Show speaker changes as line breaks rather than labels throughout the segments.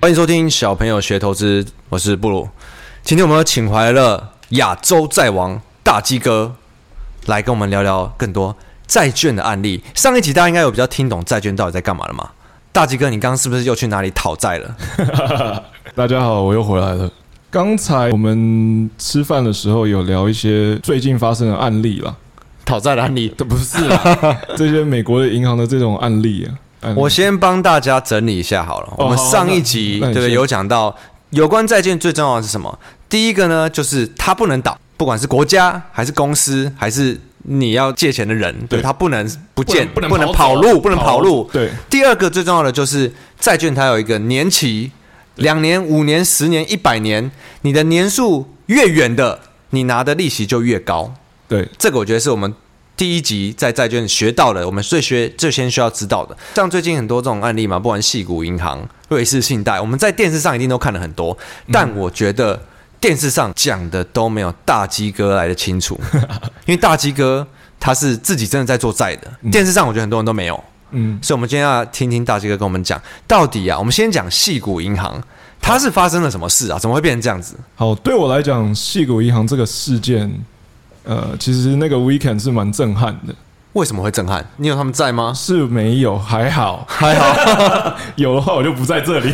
欢迎收听小朋友学投资，我是布鲁。今天我们请回来了亚洲债王大鸡哥，来跟我们聊聊更多债券的案例。上一集大家应该有比较听懂债券到底在干嘛了嘛？大鸡哥，你刚刚是不是又去哪里讨债了？
大家好，我又回来了。刚才我们吃饭的时候有聊一些最近发生的案例啦，
讨债的案例，
这不是啦， 这些美国的银行的这种案例啊。案
啊
例
我先帮大家整理一下好了。
哦
我们
好啊
上
那
一集
那
对
你
不对
先
有讲到有关债券最重要的是什么？第一个呢，就是它不能倒，不管是国家还是公司还是你要借钱的人，对
对
它不能不见，
不能
不
不能
能跑
跑走
路，不能跑路。
嗯对
第二个最重要的就是债券，它有一个年期，两年、五年、十年、一百年，你的年数越远的，你拿的利息就越高。
对
这个我觉得是我们第一集在债券学到的，我们最学最先需要知道的。像最近很多这种案例嘛，不管系股银行、瑞士信贷，我们在电视上一定都看了很多，但我觉得电视上讲的都没有大鸡哥来的清楚，因为大鸡哥他是自己真的在做债的，电视上我觉得很多人都没有。
嗯，
所以，我们今天要听听大鸡哥跟我们讲，到底啊，我们先讲细谷银行，它是发生了什么事啊？怎么会变成这样子？
好，对我来讲，细谷银行这个事件，呃，其实那个 weekend 是蛮震撼的，
为什么会震撼？你有他们在吗？
是没有，还好，
还好，
有的话我就不在 这里。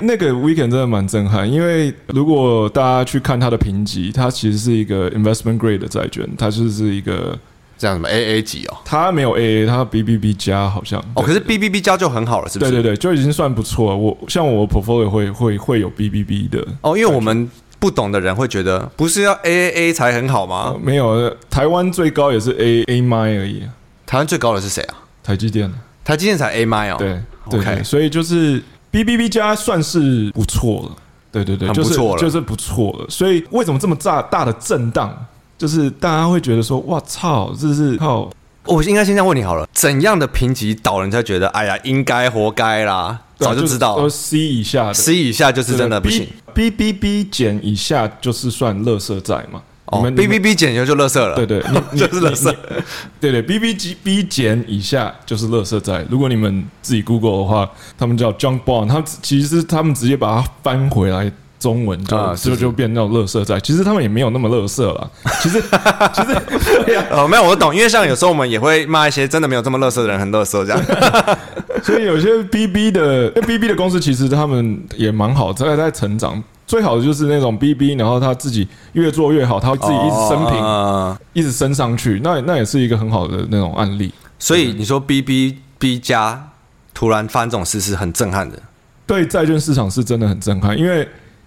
那个 weekend 真的蛮震撼，因为如果大家去看它的评级，它其实是一个 investment grade 的债券，它就是一个
这样什么 AA 级哦？
它没有 AA，它 BBB 加好像。
哦，可是 BBB 交就很好了，是不
对
是？
对对，就已经算不错了。我像我 portfolio 会会会有 BBB 的，
哦，因为我们不懂的人会觉得，不是要 AAA 才很好吗？
啊、没有呃台湾最高也是 A A 麦而已，
台湾最高的是谁啊？
台积电。
台积电才 A 麦哦。
对对
OK
对，所以就是 BBB 加算是不错了。对对对，
很不
就是
错了
就是不错了。所以为什么这么大大的震荡？就是大家会觉得说，哇操，这是靠
哦我应该先这样问你好了，怎样的评级导人才觉得，哎呀，应该活该啦，早就知道
呃 C 以下的，
，C 以下就是真的不行。
B B B 减以下就是算垃圾债嘛。你
哦
们你们
，BBB 减油就乐色了。
对对， 你
就是垃圾。
你你对对，B B G B 减以下就是垃圾债。如果你们自己 Google 的话，他们叫 junk bond，他们其实是他们直接把它翻回来。中文就、
啊是
就就变到垃圾债，其实他们也没有那么垃圾啦。其实 其实
哦，没有，我懂，因为像有时候我们也会骂一些真的没有这么乐色的人，很乐色 这样。
所以有些 BB 的 BB 的公司，其实他们也蛮好，在在成长。最好的就是那种 BB，然后他自己越做越好，他会自己一直升平，
哦嗯
一直升上去。那那也是一个很好的那种案例。
所以你说 B B B 加突然翻这种事是很震撼的。
对债券市场是真的很震撼，因为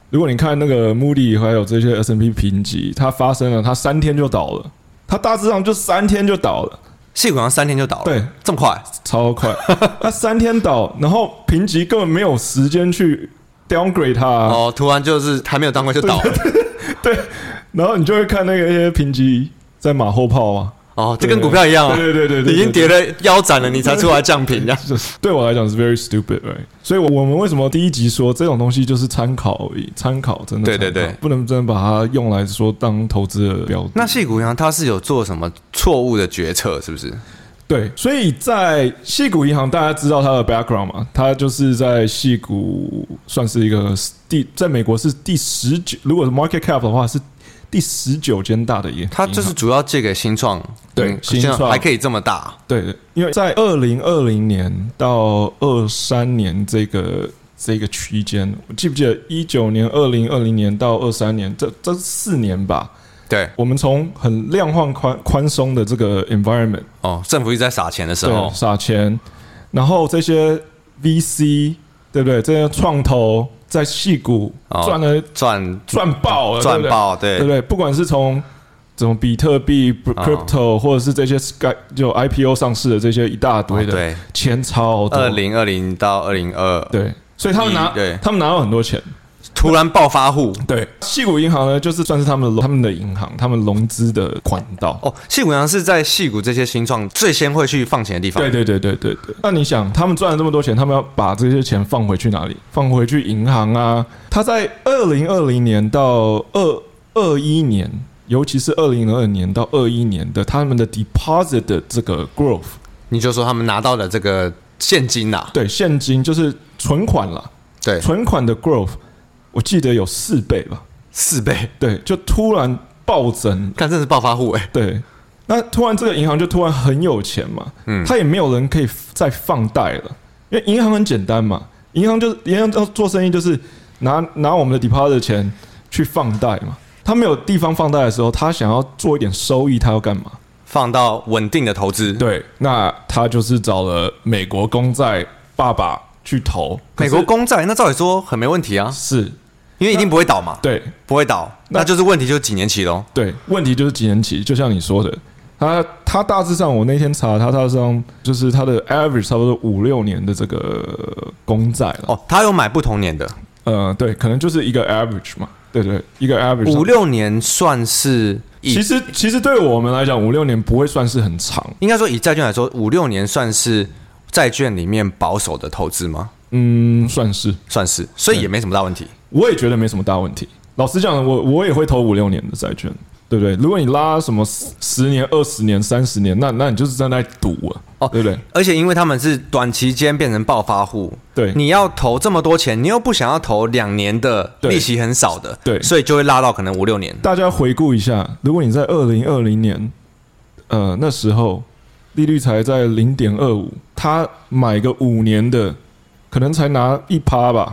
如果你看那个 Moody 还有这些 S M P 评级，它发生了，它三天就倒了，它大致上就三天就倒了，
细谷好像三天就倒了，
对，
这么快？
超快， 它三天倒，然后评级根本没有时间去 downgrade 它、啊
哦，突然就是还没有当归就倒了。
然后你就会看那个一些评级在马后炮啊，
哦，这跟股票一样、哦，
对对对对对
已经跌了腰斩了，你才出来降频的。
就是对我来讲是 very stupid，right？所以，我我们为什么第一集说这种东西就是参考而已，参考真的
对对
参考
对
不能真的把它用来说当投资的标准。
那细谷银行它是有做什么错误的决策，是不是？
对，所以在戏谷银行，大家知道它的 background 嘛？它就是在戏谷算是一个第，在美国是第十九，如果是 market cap 的话是第十九间大的银行。
它就是主要借给新创，
对
嗯
新创
还可以这么大，
对，因为在二零二零年到二三年这个这个区间，我记不记得一九年、二零二零年到二三年这这四年吧？
对。
我们从很量化宽宽松的这个 environment。
哦，政府一直在撒钱的时候
对，，撒钱，然后这些 VC 对不对？这些创投在戏股
哦
赚了
赚
赚爆了，
赚
哦对不对
爆，
对不对？不管是从怎么比特币、crypto，或者
哦
是这些 Sky 就 IPO 上市的这些一大堆
哦
的
对，
钱超多，
二零二零到二零二，
对，所以他们拿
一对
他们拿到很多钱。
突然暴发户
对，戏股银行呢，就是算是他们的他们的银行，他们融资的管道。
哦，戏股行是在戏股这些新创最先会去放钱的地方，
对对对对对对。那你想，他们赚了这么多钱，他们要把这些钱放回去哪里？放回去银行啊。他在二零二零年到二二一年，尤其是二零二年到二一年的他们的 deposit 的这个 growth，
你就说他们拿到的这个现金呐、啊
对，现金就是存款啦。
对，
存款的 growth，我记得有四倍吧，
四倍，
对，就突然暴增，
看真的是暴发户哎，
对。那突然这个银行就突然很有钱嘛，
嗯
他也没有人可以再放贷了，因为银行很简单嘛，银行就是银行要做生意就是拿拿我们的 deposit 钱去放贷嘛，他没有地方放贷的时候，他想要做一点收益，他要干嘛？
放到稳定的投资。
对，那他就是找了美国公债爸爸去投，可
美
是
国公债那照理说很没问题啊，
是
因为一定不会倒嘛，
对
不会倒，
那
那就是问题就是几年期喽。
对，问题就是几年期，就像你说的，他他大致上我那天查，他大致上就是他的 average 差不多五六年的这个公债了，
哦，他有买不同年的，
呃，对，可能就是一个 average 嘛，对对，一个 average
五。六年算是以
其实其实对我们来讲，五六年不会算是很长，
应该说以债券来说，五六年算是债券里面保守的投资吗？
嗯，算是，
算是，所以也没什么大问题。
我也觉得没什么大问题。老实讲，我我也会投五六年的债券，对不对？如果你拉什么十十年、二十年、三十年，那那你就是正在赌啊，
哦
对不对？
而且因为他们是短期间变成暴发户，
对
你要投这么多钱，你又不想要投两年的
对
利息很少的，
对
所以就会拉到可能五六年。
大家回顾一下，如果你在二零二零年，呃，那时候利率才在零点二五，他买个五年的，可能才拿一 趴吧，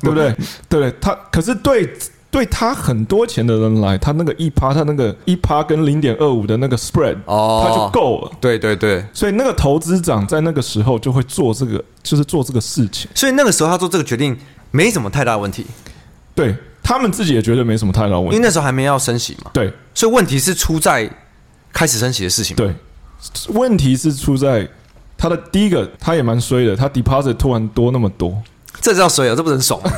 对不对？对不对？他可是对对他很多钱的人来，他那个一趴，他那个一趴跟零点二五的那个 spread，他就
哦，
够了。
对对对，
所以那个投资长在那个时候就会做这个，就是做这个事情。
所以那个时候他做这个决定没什么太大问题，
对他们自己也觉得没什么太大问
因为
题。
那时候还没要升息嘛，
对
所以问题是出在开始升息的事情。，
对，问题是出在他的第一个，他也蛮衰的，他 deposit 突然多那么多，
这叫水啊，这不是很爽 吗？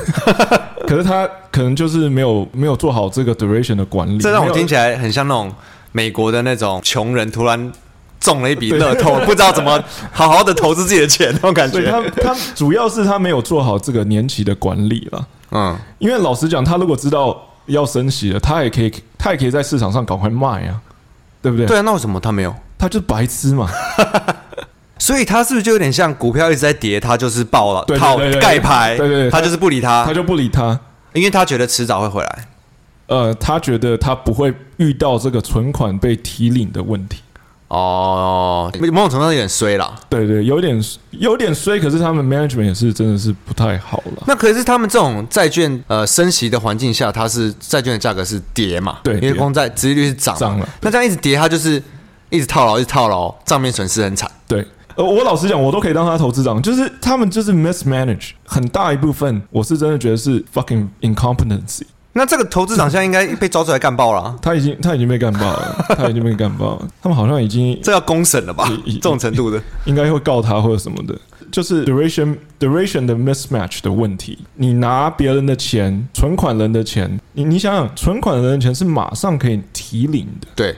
可是他可能就是没有没有做好这个 duration 的管理。
这让我
没有
听起来很像那种美国的那种穷人突然中了一笔乐透，不知道怎么好好的投资自己的钱那种感
所以
觉。
他他主要是他没有做好这个年期的管理了。
嗯，
因为老实讲，他如果知道要升息了，他也可以他也可以在市场上赶快卖啊，对不对？
对啊，那为什么他没有？
他就是白痴嘛。
所以他是不是就有点像股票一直在跌，他就是爆了
对对
套
对对
盖牌，
对对对
他就是不理
他
他，
就不理他。
因为他觉得迟早会回来。
呃，他觉得他不会遇到这个存款被提领的问题。
哦，某种程度上有点衰啦。
对对，有点有点衰，可是他们 management 也是真的是不太好了。
那可是他们这种债券呃升息的环境下，它是债券的价格是跌嘛？
对
因为
跌
公债殖利率是涨嘛，
涨了
那这样一直跌，它就是一直套牢，一直套牢，账面损失很惨。
对，呃，我老实讲，我都可以当他投资长，就是他们就是 mismanage 很大一部分，我是真的觉得是 fucking incompetency。
那这个投资长现在应该被抓出来干爆了啊、
他已经他已经被干爆了，他已经被干爆了，他们好像已经
这要公审了吧？
一一
这种程度的，
应该会告他或者什么的，就是 duration duration 的 mismatch 的问题。你拿别人的钱，存款人的钱，你你想想，存款人的钱是马上可以提领的，
对，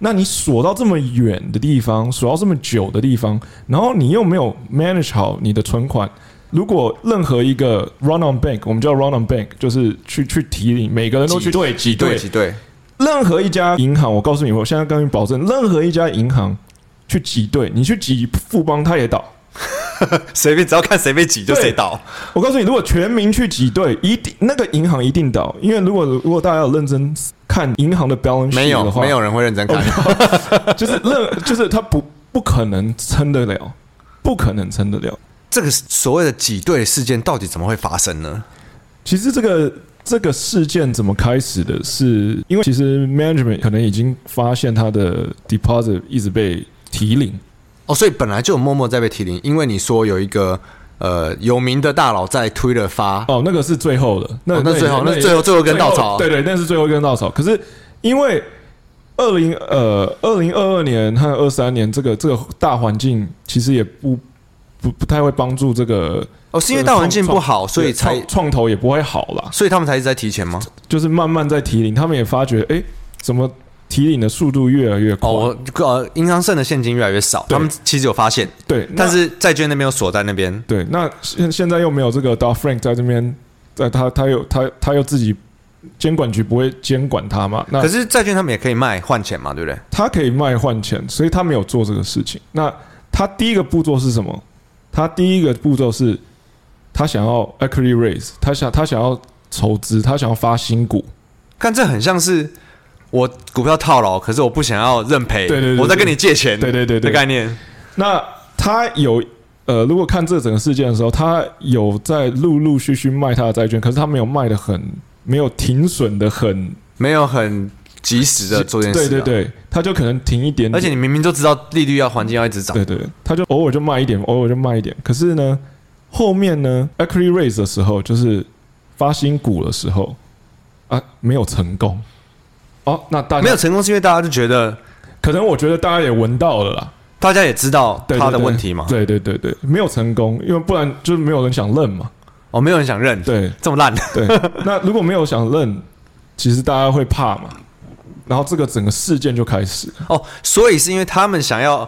那你锁到这么远的地方，锁到这么久的地方，然后你又没有 manage 好你的存款。如果任何一个 run on bank，我们叫 run on bank，就是去去提领，每个人都去
挤
对挤
对挤对，
任何一家银行，我告诉你，我现在跟你保证，任何一家银行去挤兑，你去挤富邦，它也倒。
随便只要看谁被挤就谁
对
倒。
我告诉你，如果全民去挤兑，一定那个银行一定倒，因为如果如果大家有认真看银行的 balance sheet
没有
的话，
没有人会认真看，
就是任就是它不不可能撑得了，不可能撑得了。
这个所谓的挤兑事件到底怎么会发生呢？
其实这个这个事件怎么开始的是，因为其实 management 可能已经发现他的 deposit 一直被提领，
哦，所以本来就有默默在被提零，因为你说有一个呃有名的大佬在推了发，
哦，那个是最后的，那、
哦那
也
最后那
也
最后最后一根稻草
对对，那是最后一根稻草。可是因为二零呃二零二二年和二三年这个这个大环境其实也不不不太会帮助这个，
哦，是因为大环境不好，所以才
创创投也不会好啦，
所以他们才一直在提钱吗？
就是慢慢在提领，他们也发觉哎、诶怎么提领的速度越来越快？
哦，我呃银行剩的现金越来越少，
对
他们其实有发现，
对，那
但是债券那边有锁在那边，
对，那现现在又没有这个 d o Frank 在这边，在他他又他他又自己监管局不会监管他嘛？那
可是债券他们也可以卖换钱嘛，对不对？
他可以卖换钱，所以他没有做这个事情。那他第一个步骤是什么？他第一个步骤是他想要 equity raise，他想他想要筹资，他想要发新股，
看这很像是我股票套牢，可是我不想要认赔，
对对对对
我在跟你借钱，
对对对
的
对
概念。
那他有呃，如果看这整个事件的时候，他有在陆陆续续卖他的债券，可是他没有卖的很，没有停损的很，
没有很及时的做这件事、啊嗯
对对，对，他就可能停一点点，
而且你明明就知道利率要环境要一直涨，
对对，对他就偶尔就卖一点，偶尔就卖一点。可是呢，后面呢，equity raise 的时候，就是发新股的时候啊，没有成功。哦，那大家
没有成功是因为大家就觉得
可能我觉得大家也闻到了啦，
大家也知道
对对
他的
对
问题嘛，
对对对对，没有成功，因为不然就是没有人想认嘛。
哦，没有人想认，
对，
这么烂，
对，那如果没有想认，其实大家会怕嘛。然后这个整个事件就开始，
哦，所以是因为他们想要，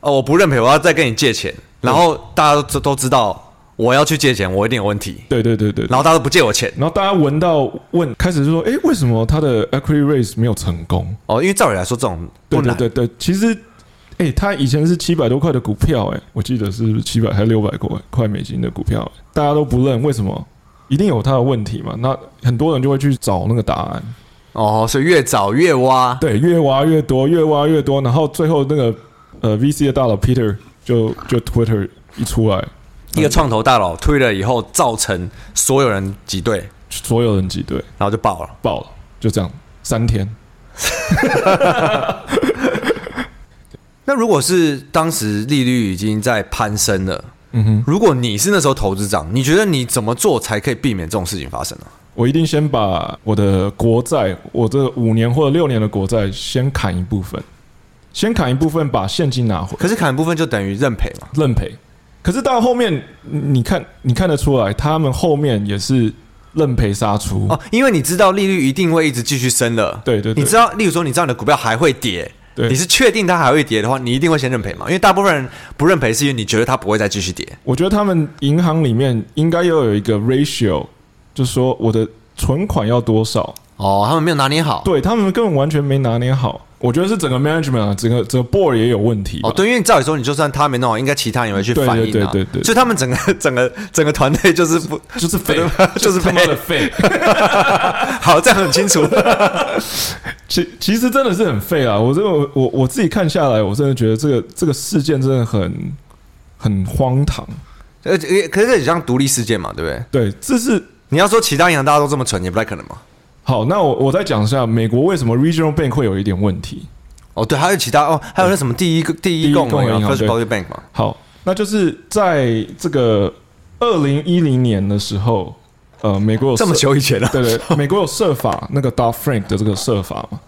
哦，我不认赔，我要再跟你借钱，然后大家都都知道我要去借钱，我一定有问题，
对对对对。
然
然后，
后大家都不借我钱，
然后大家闻到问，开始就说：“诶，为什么他的 equity raise 没有成功
哦，因为照理来说这种？”
对
不
对
难，
对对，其实，诶，他以前是七百多块的股票、诶，我记得是七百还六百块块美金的股票、诶大家都不认，为什么？一定有他的问题嘛？那很多人就会去找那个答案，
哦，所以越早越挖，
对，越挖越多，越挖越多，然后最后那个呃 VC 的大佬 Peter 就就 Twitter 一出来，
一个创投大佬推了以后，造成所有人挤兑，然
所有人挤兑
后就爆了，
爆了，就这样三天。
那如果是当时利率已经在攀升了。
嗯哼，
如果你是那时候投资长，你觉得你怎么做才可以避免这种事情发生呢、
我一定先把我的国债，我这五年或者六年的国债先砍一部分，先砍一部分把现金拿回
可是砍部分就等于认赔嘛，
认赔。可是到后面，你你看你看得出来，他们后面也是认赔杀出。
哦，因为你知道利率一定会一直继续升的，
对对对
你知道，例如说你知道你的股票还会跌，
对
你是确定它还会跌的话，你一定会先认赔嘛，因为大部分人不认赔是因为你觉得它不会再继续跌，
我觉得他们银行里面应该要有一个 ratio，就是说我的存款要多少，
哦，他们没有拿捏好，
对他们根本完全没拿捏好。我觉得是整个 management，啊整个整个 board 也有问题吧。
哦，对，因为照理说你就算他没弄好，应该其他人也会去
对对
反应啊，
对对对对
所以他们整个 整个整个团队就是不，
就是废
就是废
他妈的废。
好，这样很清楚，
其其实真的是很废啊！我这我我我自己看下来，我真的觉得这个这个事件真的很很荒唐。
而且呃可是这很像独立事件嘛，对不对？
对，这是
你要说其他银行大家都这么蠢，也不太可能嘛。
好。那我我再讲一下美国为什么 regional bank 会有一点问题。
哦，对，还有其他哦，还有那什么第一个第一
一
共
共
和
银
银
行
行 First
对
Republic Bank 嘛，
好，那就是在这个二零一零年的时候，呃，美国有
这么
设
久以前了、
对对，美国有设法，那个 d o f Frank 的这个设法嘛。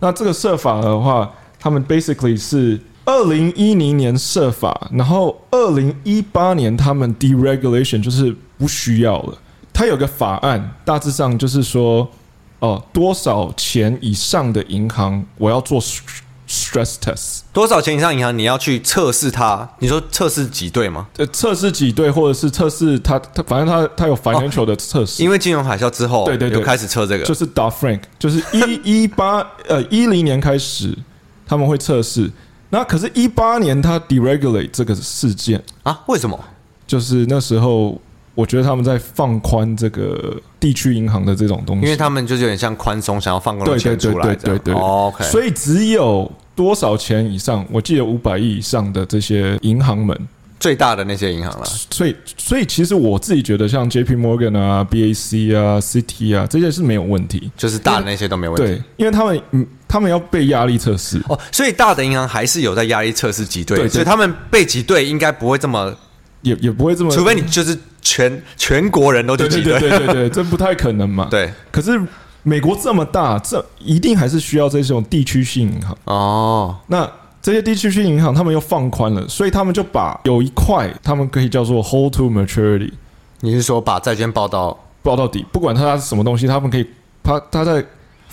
那这个设法的话，他们 basically 是二零一零年设法，然后二零一八年他们 deregulation 就是不需要了。它有个法案，大致上就是说，哦、多少钱以上的银行我要做 st- stress test，
多少钱以上银行你要去测试它？你说测试几对吗？
呃，测试几对，或者是测试它它，反正它它有 financial 的测试。
因为金融海啸之后，
对对对
有开始测这个
就是 d a Frank，就是 一一八呃一零年开始他们会测试，那可是，一八年他 deregulate 这个事件，
啊？为什么？
就是那时候我觉得他们在放宽这个地区银行的这种东西，
因为他们就是有点像宽松，想要放更多
对
钱
对对
出来
对
这样
对对、
哦，OK，
所以只有多少钱以上，我记得五百亿以上的这些银行们，
最大的那些银行了，
所以所以其实我自己觉得像 J P Morgan 啊、B A C 啊、City 啊这些是没有问题。
就是大的那些都没问题。
对，因为他们嗯，他们要被压力测试，
哦，所以大的银行还是有在压力测试挤兑，
对对
所以他们被挤兑应该不会这么，
也也不会这么，
除非你就是全全国人都去
对
挤
对
兑
对，对对对，这不太可能嘛。，
对，
可是美国这么大，这一定还是需要这种地区性银行。
哦，
那这些地区性银行，他们又放宽了，所以他们就把有一块，他们可以叫做 hold to maturity，
你是说把债券报到
报到底，不管它是什么东西，他们可以，它它在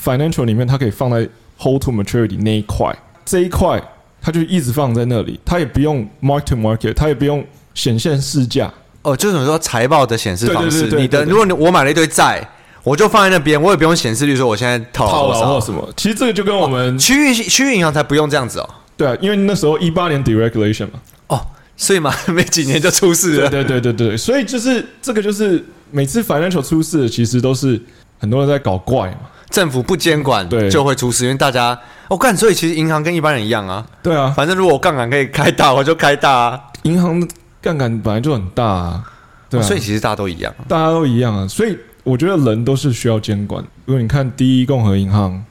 financial 里面，它可以放在 hold to maturity 那一块，这一块它就一直放在那里，它也不用 mark to market，它也不用显现市价。
哦，就是你说财报的显示方式，
对对对对
你的
对对
如果你我买了一堆债，我就放在那边，我也不用显示，率说我现在套
套
了
牢或
多少。
什么？其实这个就跟我们
区域区域银行才不用这样子哦。
对啊，因为那时候一八年 deregulation 嘛，
哦，所以嘛， 没几年就出事
对啊
了。
对对对对，所以就是这个就是每次 financial 出事，其实都是很多人在搞怪嘛。
政府不监管
对
就会出事，因为大家我干、所以其实银行跟一般人一样啊，
对啊，
反正如果我杠杆可以开大， 我就开大啊。哦
银行的杠杆本来就很大、啊，对啊，
所以其实大家都一 样。
大家都一样啊。所以我觉得人都是需要监管。如果你看第一共和银行，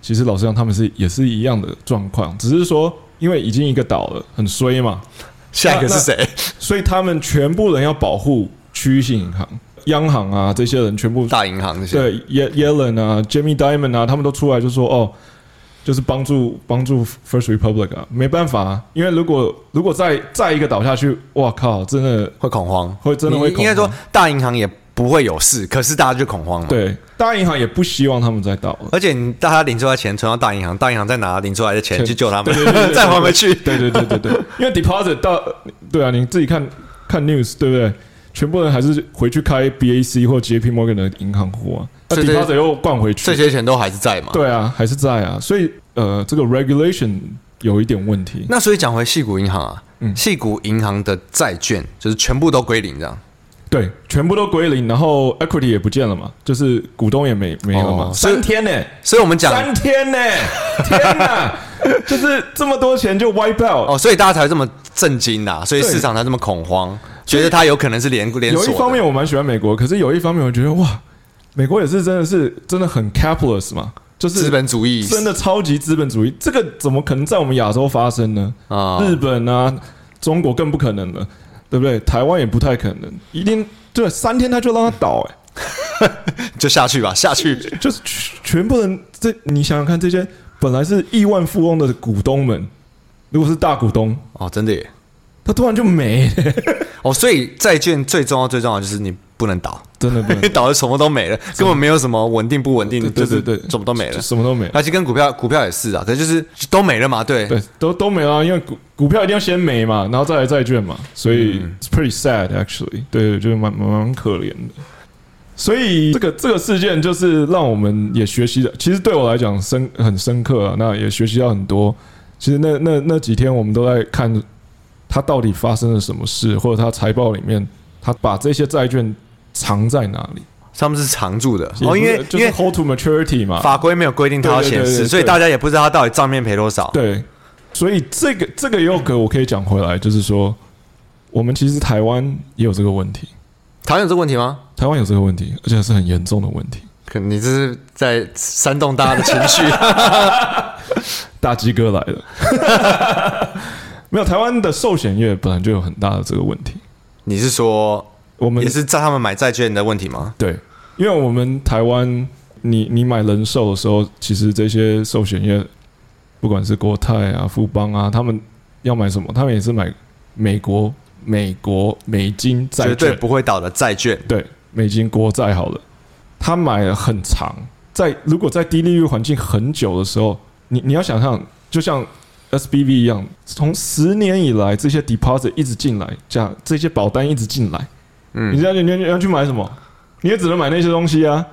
其实老实讲，他们是也是一样的状况，只是说因为已经一个倒了，很衰嘛，
下一个是谁？
所以他们全部人要保护区域性银行、央行啊这些人全部
大银行那些。
对耶耶伦啊、Jamie Dimon 啊，他们都出来就说哦，就是帮助帮助 First Republic 啊，没办法、啊，因为如果如果再再一个倒下去，哇靠，真的
会恐慌，
会真的
你
会
应
恐
该
慌
说大银行也不会有事，可是大家就恐慌嘛。，
对，大银行也不希望他们再倒了。
而且你大家领出来钱存到大银行，大银行再拿领出来的钱
钱
去救他们
对对对，对
再还回去。
对对对对对，因为 deposit 到对啊，你自己看看 news 对不对？全部人还是回去开 BAC 或 JP Morgan 的银行户啊，那
所以这
deposit 又灌回去
这，些钱都还是在嘛？。
对啊，还是在啊，所以呃，这个 regulation 有一点问题。
那所以讲回细谷银行啊，
嗯
细谷银行的债券就是全部都归零这样。
对，全部都归零，然后 equity 也不见了嘛，就是股东也没没了嘛，
哦
三天呢、
所以我们讲
三 天呢、天哪，就是这么多钱就 wipe out。
哦，所以大家才会这么震惊呐、所以
对
市场才这么恐慌，觉得它有可能是连连
有
锁
一
的。
方面我蛮喜欢美国，可是有一方面我觉得哇，美国也是真的是真的很 capitalist 嘛，就是
资本主义
真的超级资本主义，这个怎么可能在我们亚洲发生呢？
啊，
日本啊，中国更不可能了，对不对？台湾也不太可能，一定对三天他就让他倒、哎。
就下去吧，下去。
就是全全部人，这你想想看，这些本来是亿万富翁的股东们，如果是大股东，
哦，真的耶。
他突然就没了，
哦，所以债券最重要、最重要就是你不能倒，
真的不 能
你，倒了什么都没了，根本没有什么稳定不稳定，
嗯对对
就是
对对
什么都没了
就。什么都没了，
而且跟股票，股票也是啊，对，就是都没了嘛，对。
对，都都没了啊，因为股股票一定要先没嘛，然后再来债券嘛，所以、it's
嗯
pretty sad actually，对，就是蛮蛮蛮可怜的。所以这个这个事件就是让我们也学习了，其实对我来讲深很深刻啊，那也学习到很多。其实那那那几天我们都在看他到底发生了什么事，或者他财报里面他把这些债券藏在哪里？
他们是常住的，
也不
哦，
是
因为
就
因
是
为
hold to maturity 嘛，
法规没有规定它要
对对
显
对对
示，
对
所以大家也不知道它到底账面赔多少。
对，所以这个这个又给我可以讲回来，就是说，我们其实台湾也有这个问题，
台湾有这个问题吗？
台湾有这个问题，而且是很严重的问题。
可你这是在煽动大家的情 绪。
大鸡哥来了，没有台湾的寿险业本来就有很大的这个问题，
你是说
我们
也是在他们买债券的问题吗？
对，因为我们台湾，你你买人寿的时候，其实这些寿险业，不管是国泰啊、富邦啊，他们要买什么，他们也是买美国、美国美金债
绝
券，
对不会倒的债券，
对，美金国债好了，他买了很长，在如果在低利率环境很久的时候，你你要想象，就像 SBV 一样，从十年以来这些 deposit 一直进来，这样这些保单一直进来，
嗯
嗯，你要你要你要去买什么？你也只能买那些东西啊，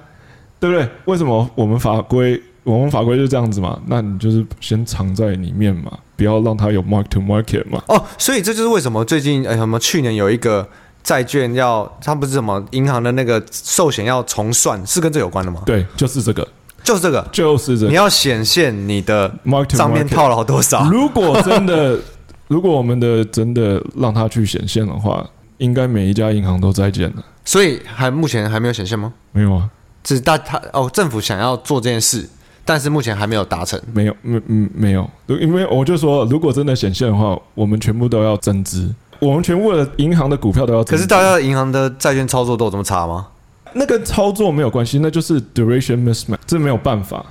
对不对？为什么我们法规？我们法规就是这样子嘛，那你就是先藏在里面嘛，不要让它有 mark to market 嘛。
哦，所以这就是为什么最近呃什么去年有一个债券要，它不是什么银行的那个寿险要重算，是跟这有关的吗？
对，就是这个，
就是这个，
就是这
你
个。
要显现你的
mark to
账面
market 嗯
套牢多少。
如果真的， 如果我们的真的让他去显现的话，应该每一家银行都再见了。
所以还目前还没有显现吗？
没有啊，
只是大他哦，政府想要做这件事，但是目前还没有达成。
没有，没嗯没有，如因为我就说，如果真的显现的话，我们全部都要增资，我们全部的银行的股票都要增资。
可是大家银行的债券操作都有这么差吗？
那个操作没有关系，那就是 duration mismatch，这没有办法。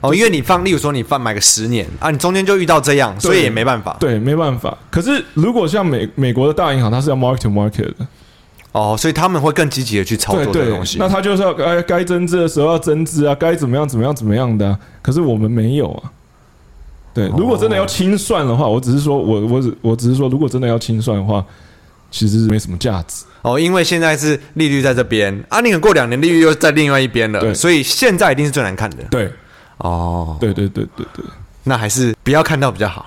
哦，因为你放，例如说你放买个十年啊，你中间就遇到这样，所以也没办法。
对，没办法。可是如果像美美国的大银行，它是要 mark to market 的，
哦，所以他们会更积极的去操
对
作这
对，
个东西
那。他就是要该该增资的时候要增资啊，该怎么样怎么样怎么样的啊、可是我们没有啊。对，
哦
如果真的要清算的话，我只是说我我只我只是说，如果真的要清算的话，其实没什么价值。
哦，因为现在是利率在这边啊，你可能过两年利率又在另外一边了，
对
所以现在一定是最难看的。
对，
哦，
对对对对对。
那还是不要看到比较好。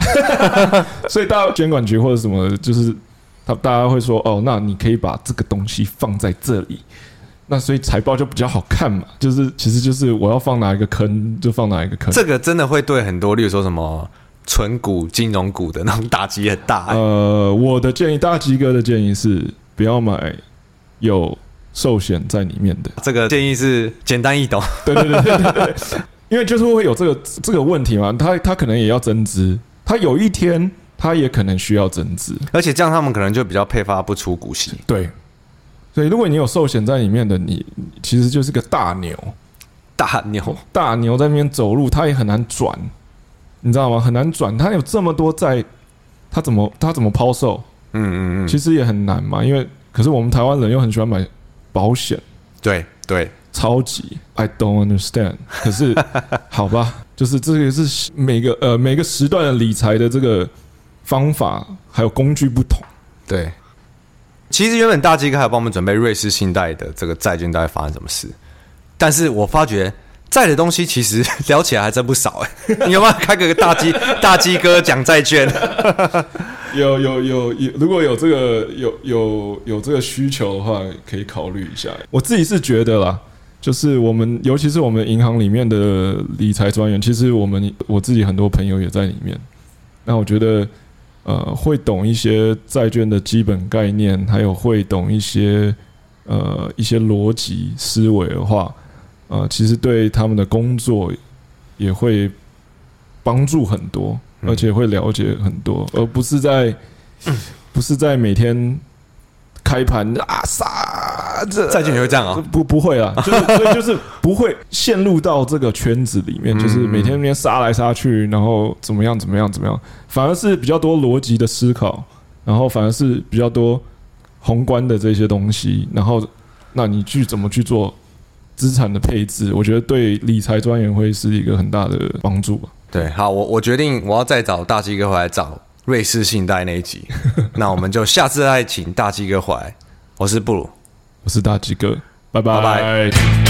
所以大监管局或者什么，就是他大家会说哦，那你可以把这个东西放在这里，那所以财报就比较好看嘛，就是其实就是我要放哪一个坑就放哪一个坑。
这个真的会对很多，例如说什么纯股、金融股的那种打击很大、欸
呃，我的建议，大鸡哥的建议是不要买有寿险在里面的。
这个建议是简单易懂，
对对对对对对，因为就是会有这个这个问题嘛，他他可能也要增资，他有一天他也可能需要增资，
而且这样他们可能就比较配发不出股息。
对。所以，如果你有寿险在里面的，你其实就是个大牛，
大牛，
大牛在那边走路，它也很难转，你知道吗？很难转，它有这么多在，它怎么它怎么抛售？
嗯嗯
其
嗯，
实也很难嘛，因为可是我们台湾人又很喜欢买保险，
对对，
超级 I don't understand。可是好吧，就是这个是每个呃每个时段的理财的这个方法还有工具不同。
对，其实原本大鸡哥还有帮我们准备瑞士信贷的这个债券大概发生什么事，但是我发觉债的东西其实 聊起来还真不少 哎、你要不要开个大 鸡大鸡哥讲债券？
有有有有，如果有这个有有有这个需求的话，可以考虑一下。我自己是觉得啦，就是我们尤其是我们银行里面的理财专员，其实我们我自己很多朋友也在里面。那我觉得，呃，会懂一些债券的基本概念，还有会懂一些呃一些逻辑思维的话，呃，其实对他们的工作也会帮助很多，
嗯
而且会了解很多，而不是在不是在每天开盘啊杀这
债券也会这样啊、
不不 会啊，就是所以就是不会陷入到这个圈子里面，
嗯
就是每天那边杀来杀去，然后怎么样怎么样怎么样，反而是比较多逻辑的思考，然后反而是比较多宏观的这些东西，然后那你去怎么去做资产的配置，我觉得对理财专员会是一个很大的帮助吧。
对，好，我我决定我要再找大鸡哥回来找瑞士信贷那一 集，那我们就下次再请大鸡哥回来。我是布鲁。
我是大鸡哥，拜
拜
拜